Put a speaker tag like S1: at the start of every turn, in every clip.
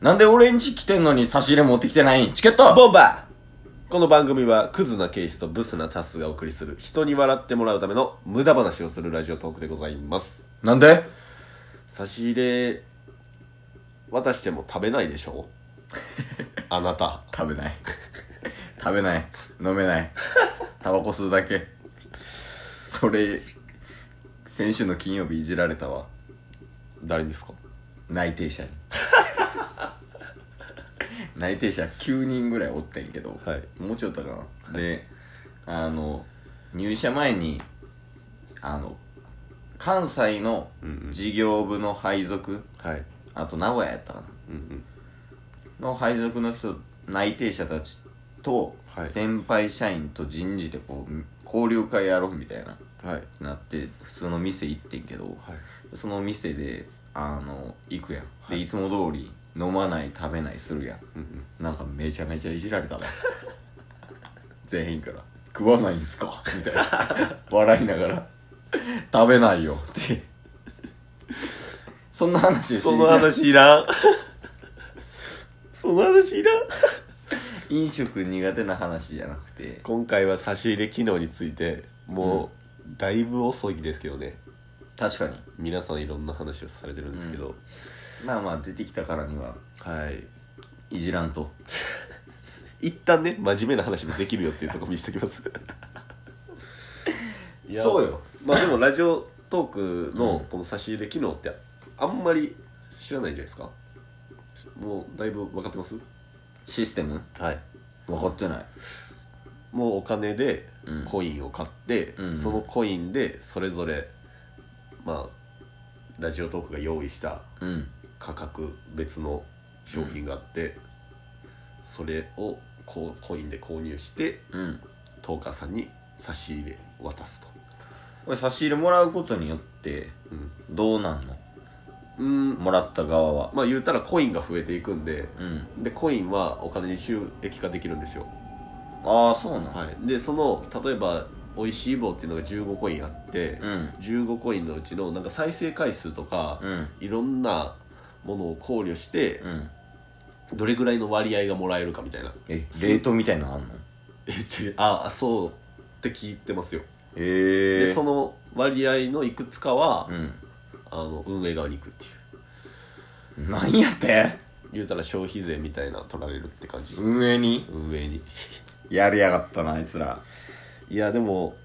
S1: なんで俺んち来てんのに差し入れ持ってきてないんチケット
S2: ボンバーこの番組はクズなケースとブスなタスがお送りする人に笑ってもらうための無駄話をするラジオトークでございます
S1: なんで
S2: 差し入れ渡しても食べないでし ょあなた
S1: 食べない。 食べない。飲めない。タバコ吸うだけ。それ、先週の金曜日いじられたわ。
S2: 誰ですか
S1: 内定者に。 内定者9人ぐらいおってんけど、
S2: はい
S1: もうちょっとかな。で、あの、入社前に、あの、関西の事業部の配属、
S2: はい
S1: あと名古屋やったかな。
S2: うんうん
S1: の配属の人内定者たちと
S2: はい
S1: 先輩社員と人事でこう交流会やろうみたいな
S2: はい
S1: なって普通の店行ってんけど
S2: はい
S1: その店であの行くやんでいつも通り飲まない食べないするやん
S2: うん
S1: なんかめちゃめちゃいじられたわ 全員から「食わないんすか?」みたい な笑いながら「食べないよ」ってそんな
S2: う
S1: 話信
S2: ん そ
S1: じ
S2: の
S1: ない
S2: 話いらん その話いら ん
S1: 飲食苦手な話じゃなくて
S2: 今回は差し入れ機能についてもうだいぶ遅いですけどね
S1: 確かに
S2: 皆さんいろんな話をされてるんですけど、
S1: まあまあ出てきたからには
S2: はい
S1: いじらんと
S2: 一旦ね真面目な話もできるよっていうところ見しておきます いや
S1: そうよ
S2: まあでもラジオトーク
S1: うん
S2: のこの差し入れ機能ってあんまり知らないんじゃないですかもうだいぶ分かってます
S1: システム
S2: はい
S1: 分かってない
S2: もうお金で
S1: うん
S2: コインを買って、
S1: うん
S2: そのコインでそれぞれまあラジオトークが用意した
S1: うん
S2: 価格別の商品があって、それをこうコインで購入して
S1: うん
S2: トーカーさんに差し入れ渡すと
S1: これ差し入れもらうことによって
S2: うん、
S1: どうなんの
S2: うん、
S1: もらった側は
S2: まあ言うたらコインが増えていくんで、
S1: うん
S2: でコインはお金に収益化できるんですよ、
S1: ああそうなん、
S2: はい、でその例えば美味しい棒っていうのが15コインあって、
S1: うん
S2: 15コインのうちのなんか再生回数とか、
S1: うん
S2: いろんなものを考慮して、
S1: うん
S2: どれぐらいの割合がもらえるかみたいな
S1: え
S2: す
S1: 冷凍みたいなのあんの
S2: えちょ ああそうって聞いてますよ、
S1: ええ
S2: でその割合のいくつかは、
S1: う
S2: あの運営側に行くっていうん
S1: 何やって
S2: 言うたら消費税みたいな取られるって感じ、
S1: 運営に
S2: 運営に
S1: やりやがったなあいつら
S2: いやでも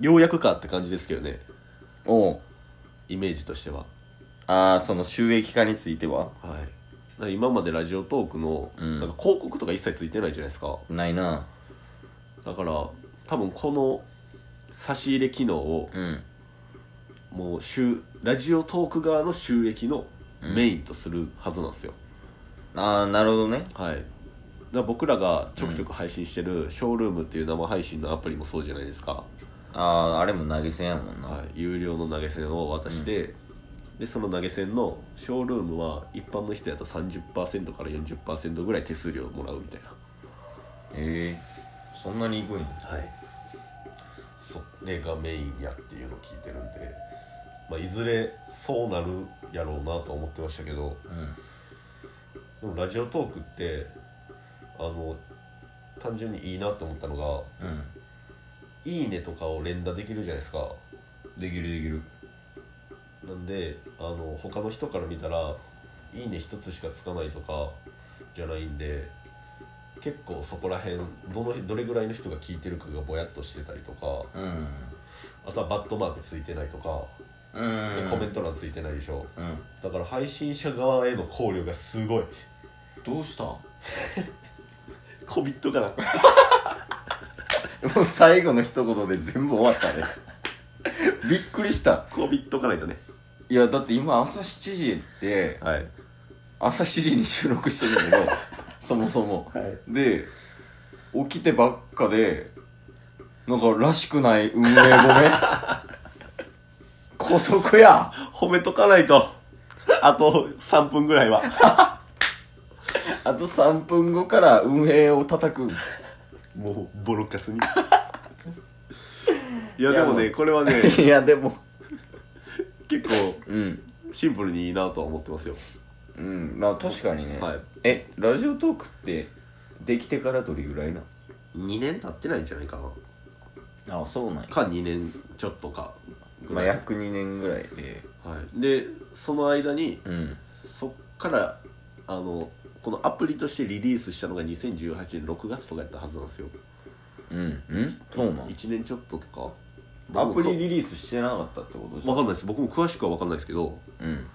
S2: ようやくかって感じですけどね
S1: おう
S2: イメージとしては
S1: ああその収益化については
S2: はいだから今までラジオトークの、
S1: うん
S2: なんか広告とか一切ついてないじゃないですか
S1: ないな
S2: だから多分この差し入れ機能を
S1: うん
S2: もう収ラジオトーク側の収益のメインとするはずなんですよ、
S1: ああなるほどね
S2: はいだから僕らがちょくちょく配信してる「ショールーム」っていう生配信のアプリもそうじゃないですか、
S1: あああれも投げ銭やもんな、
S2: はい、有料の投げ銭を渡して、でその投げ銭のショールームは一般の人やと30%から40%ぐらい手数料もらうみたいな
S1: ええそんなに行くんや
S2: はいそれがメインやっていうのを聞いてるんで、まあ、いずれそうなるやろうなと思ってましたけど
S1: うん
S2: でもラジオトークってあの単純にいいなと思ったのが
S1: う
S2: 「いいね」とかを連打できるじゃないですか
S1: んできるできる
S2: なんであの他の人から見たら「いいね」一つしかつかないとかじゃないんで結構そこら辺どのどれぐらいの人が聞いてるかがぼやっとしてたりとか
S1: うん
S2: あとはバットマークついてないとか
S1: う
S2: で
S1: ん
S2: コメント欄ついてないでしょ
S1: うん
S2: だから配信者側への考慮がすごい
S1: どうしたも
S2: コビットかな
S1: う最後の一言で全部終わ ったねびっくりした
S2: コビットかないとね
S1: いやだって今朝7時で
S2: はい
S1: 朝7時に収録して るんだけどそもそも
S2: はい
S1: で起きてばっかでなんからしくない運営ごめん 姑息や
S2: 褒めとかないとあと3分ぐらいは
S1: あと3分後から運営を叩く
S2: もうボロカスに いや
S1: いや
S2: でも
S1: も
S2: ね
S1: う
S2: これはね
S1: いやでも
S2: 結構
S1: うん
S2: シンプルにいいなとは思ってますよ
S1: うんまあ確かにね、
S2: はい
S1: えラジオトークってできてからどれぐらいな
S2: 2年経ってないんじゃないかな
S1: あそうなんや
S2: か2年ちょっとかぐ
S1: まあ
S2: らい、
S1: 約2年ぐらいで
S2: はい、でその間に
S1: うん
S2: そっからあのこのアプリとしてリリースしたのが2018年6月とかやったはずなんですよ
S1: うんうんそうなん
S2: 1年ちょっととか
S1: アプリ
S2: リ
S1: リリースしてなかったってことでし
S2: 分
S1: ょ
S2: かんないです僕も詳しくは分かんないですけど
S1: うん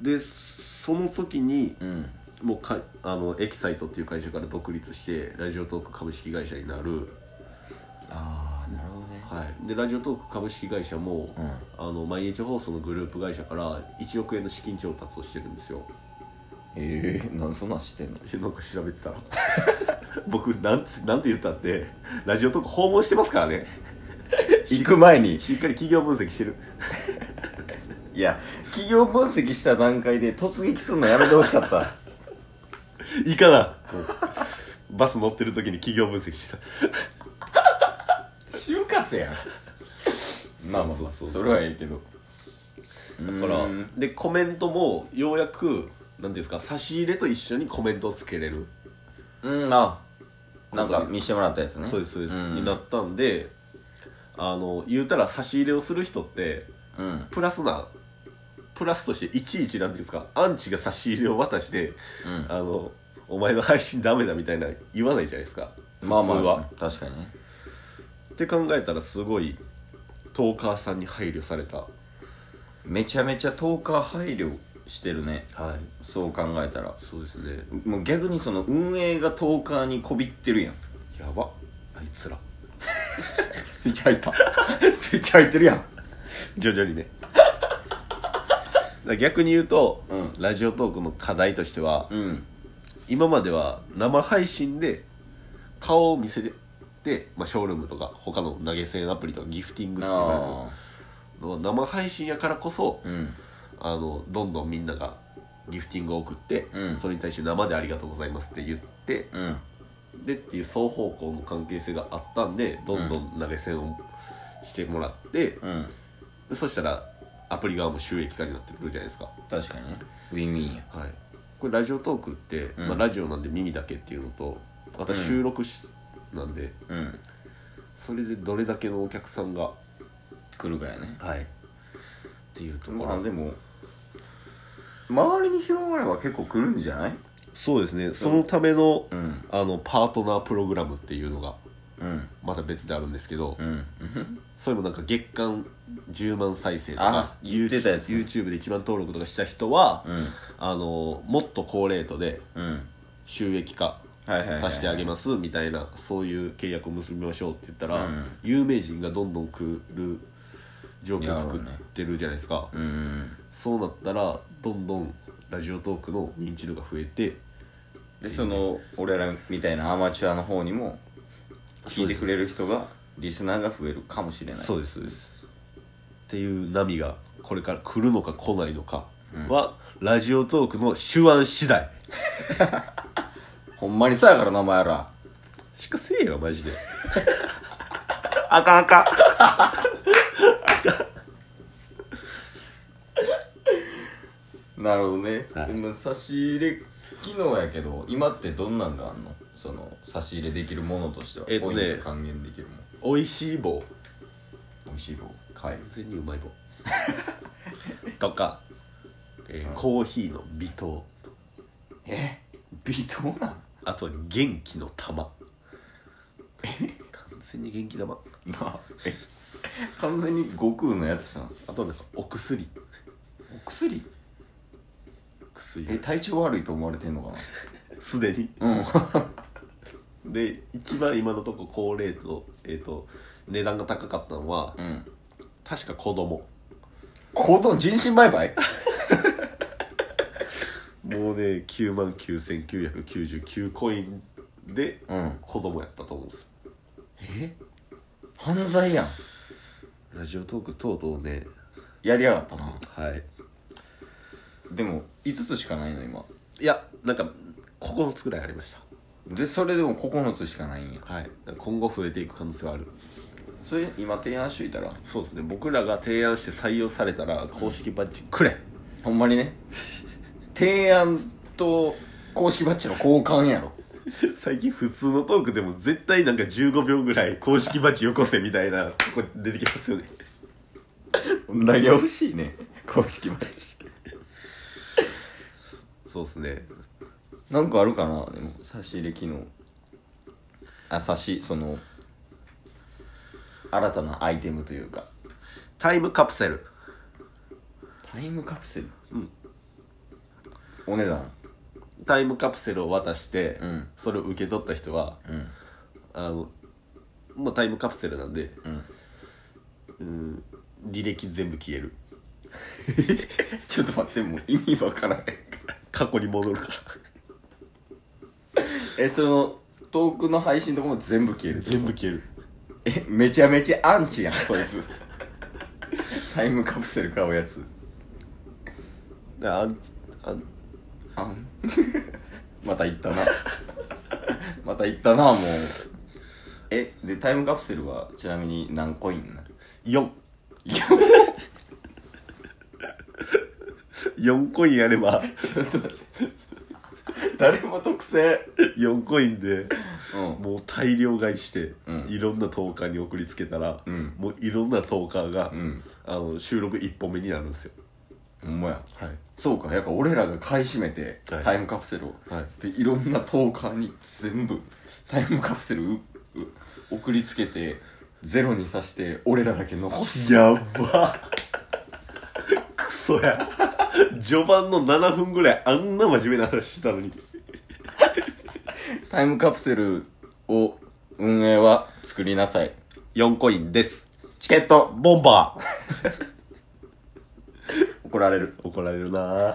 S2: でその時に
S1: うん
S2: もうかあのエキサイトっていう会社から独立してラジオトーク株式会社になる、
S1: ああなるほどね
S2: はい、でラジオトーク株式会社も、
S1: うん
S2: あの毎日放送のグループ会社から1億円の資金調達をしてるんですよ
S1: ええー、なんそんなんしてんの
S2: えなんか調べてたら 僕なんつなんて言ったってラジオトーク訪問してますからね
S1: 行く前に
S2: しっかり企業分析してる
S1: いや企業分析した段階で突撃するのやめてほしかった
S2: いいかなバス乗ってる時に企業分析してた
S1: 就活やんまあまあ
S2: そ
S1: ま
S2: う
S1: あ
S2: そうそうそ
S1: そ
S2: う
S1: れはいいけどだ
S2: だからでコメントもようやく何ですか差し入れと一緒にコメントをつけれる、
S1: うんあなんか見してもらったやつね
S2: そうですそうです、
S1: ん
S2: になったんであの言うたら差し入れをする人って
S1: うん
S2: プラスなプラスとしていちいちなんていうんですかアンチが差し入れを渡して、
S1: うん
S2: あのお前の配信ダメだみたいな言わないじゃないですか
S1: まあま
S2: 普通は
S1: あ確かにね
S2: って考えたらすごいトーカーさんに配慮されたは
S1: めちゃめちゃ10日配慮してるね
S2: い
S1: そう考えたら
S2: そうですね
S1: もう逆にその運営が10日にこびってるやん
S2: やばあいつら
S1: スイッチ入った スイッチ入ってるやん
S2: 徐々にねだから逆に言うと、
S1: うん
S2: ラジオトークの課題としては、
S1: うん
S2: 今までは生配信で顔を見せて、まあ、ショールームとか他の投げ銭アプリとかギフティングっていうの
S1: あ
S2: を生配信やからこそ、
S1: あうん
S2: あのどんどんみんながギフティングを送って、
S1: うん
S2: それに対して生でありがとうございますって言って、
S1: うん
S2: でっていう双方向の関係性があったんでどんどん投げ銭をしてもらって、
S1: うん
S2: でそしたらアプリ側も収益化になってくるじゃないですか
S1: 確かにねウィンウィンや
S2: はいこれラジオトークって、
S1: うん
S2: まあ、ラジオなんで耳だけっていうのとまた収録し、なんで
S1: うん
S2: それでどれだけのお客さんが
S1: 来るかやね
S2: はいっていうところ、
S1: まあでも周りに広がれば結構来るんじゃない
S2: そうですねそのための,、
S1: うん
S2: あのパートナープログラムっていうのが
S1: うん
S2: また別であるんですけど、
S1: うん
S2: それもなんか月間10万再生とか
S1: あ言ってたやつ
S2: YouTube で一番登録とかした人は、
S1: うん
S2: あのもっと高レートで
S1: うん
S2: 収益化
S1: はいはいはいはい
S2: させてあげますみたいなそういう契約を結びましょうって言ったら、
S1: うん
S2: 有名人がどんどん来る状況を作ってるじゃないですか、
S1: うん
S2: そうなったらどんどんラジオトークの認知度が増えて
S1: でその俺らみたいなアマチュアの方にも聞いてくれる人がリスナーが増えるかもしれない
S2: そうですそうですっていう波がこれから来るのか来ないのかは、ラジオトークの手腕次第
S1: ほんまにさやからなお前ら
S2: しかせえよマジ であかんあかん
S1: なるほどね、
S2: はい
S1: でも差し入れ機能やけど今ってどんなんがあんのその差し入れできるものとしては
S2: えっとね
S1: ポイント還元できるもの
S2: おいしい棒
S1: 美味しい棒買える
S2: 完全にうまい 棒とか、えーコーヒーの微糖
S1: え微糖なん
S2: あと元気の玉完全に元気玉
S1: なあえ完全に悟空のやつじゃん
S2: あとなんかお薬
S1: お薬
S2: 薬
S1: え体調悪いと思われてんのか
S2: すでに
S1: なうん
S2: で一番今のとこ高齢と,、えー、と値段が高かったのは、
S1: うん
S2: 確か子供
S1: 行動人身売買
S2: もうね9万9999コインで
S1: うん
S2: 子供やったと思うんですよ
S1: え犯罪やん
S2: ラジオトーク等々ね
S1: やりやがったな
S2: はい
S1: でも5つしかないの今
S2: いやなんか9つぐらいありまし
S1: でそれでも9つしかないんや
S2: たはい今後増えていく可能性はある
S1: それ今提案しといたら
S2: そうですね僕らが提案して採用されたら公式バッジくれ
S1: ほんまにね提案と公式バッジの交換やろ
S2: 最近普通のトークでも絶対なんか15秒ぐらい公式バッジよこせみたいなとこ出てきますよね
S1: こんだけ欲しいね公式バッジ
S2: そうですね
S1: なんかあるかなでも差し入れ機能あ差しその新たなアイテムというか
S2: タイムカプセル
S1: タイムカプセル
S2: うん
S1: お値段
S2: タイムカプセルを渡して、
S1: うん
S2: それを受け取った人は
S1: うん
S2: あの、まあ、タイムカプセルなんで、
S1: ん
S2: うん履歴全部消える
S1: ちょっと待ってもう意味わからへんから
S2: 過去に戻るから
S1: えその遠くの配信とかも全部消える
S2: 全部消える
S1: えめちゃめちゃアンチやんそいつ タイムカプセル買うやつ
S2: だからあんあん
S1: あん また行ったな また行ったなもうえでタイムカプセルはちなみに何コインな
S2: 4 4コインあれば
S1: ちょっと待って誰も特製
S2: 4コインで
S1: うん
S2: もう大量買いして、
S1: うん
S2: いろんなトーカーに送りつけたら、
S1: うん
S2: もういろんなトーカーが、
S1: うん
S2: あの収録1本目になるんですよ
S1: ほんまや
S2: はい
S1: そうかやっぱ俺らが買い占めて
S2: はい
S1: タイムカプセルを、
S2: はい
S1: でいろんなトーカーに全部タイムカプセルうう送りつけてゼロにさして俺らだけ残す
S2: やばクソや序盤の7分ぐらいあんな真面目な話してたのに
S1: タイムカプセルを運営は作りなさい
S2: 4コインです
S1: チケット
S2: ボ ンバー
S1: 怒られる
S2: 怒られるなぁ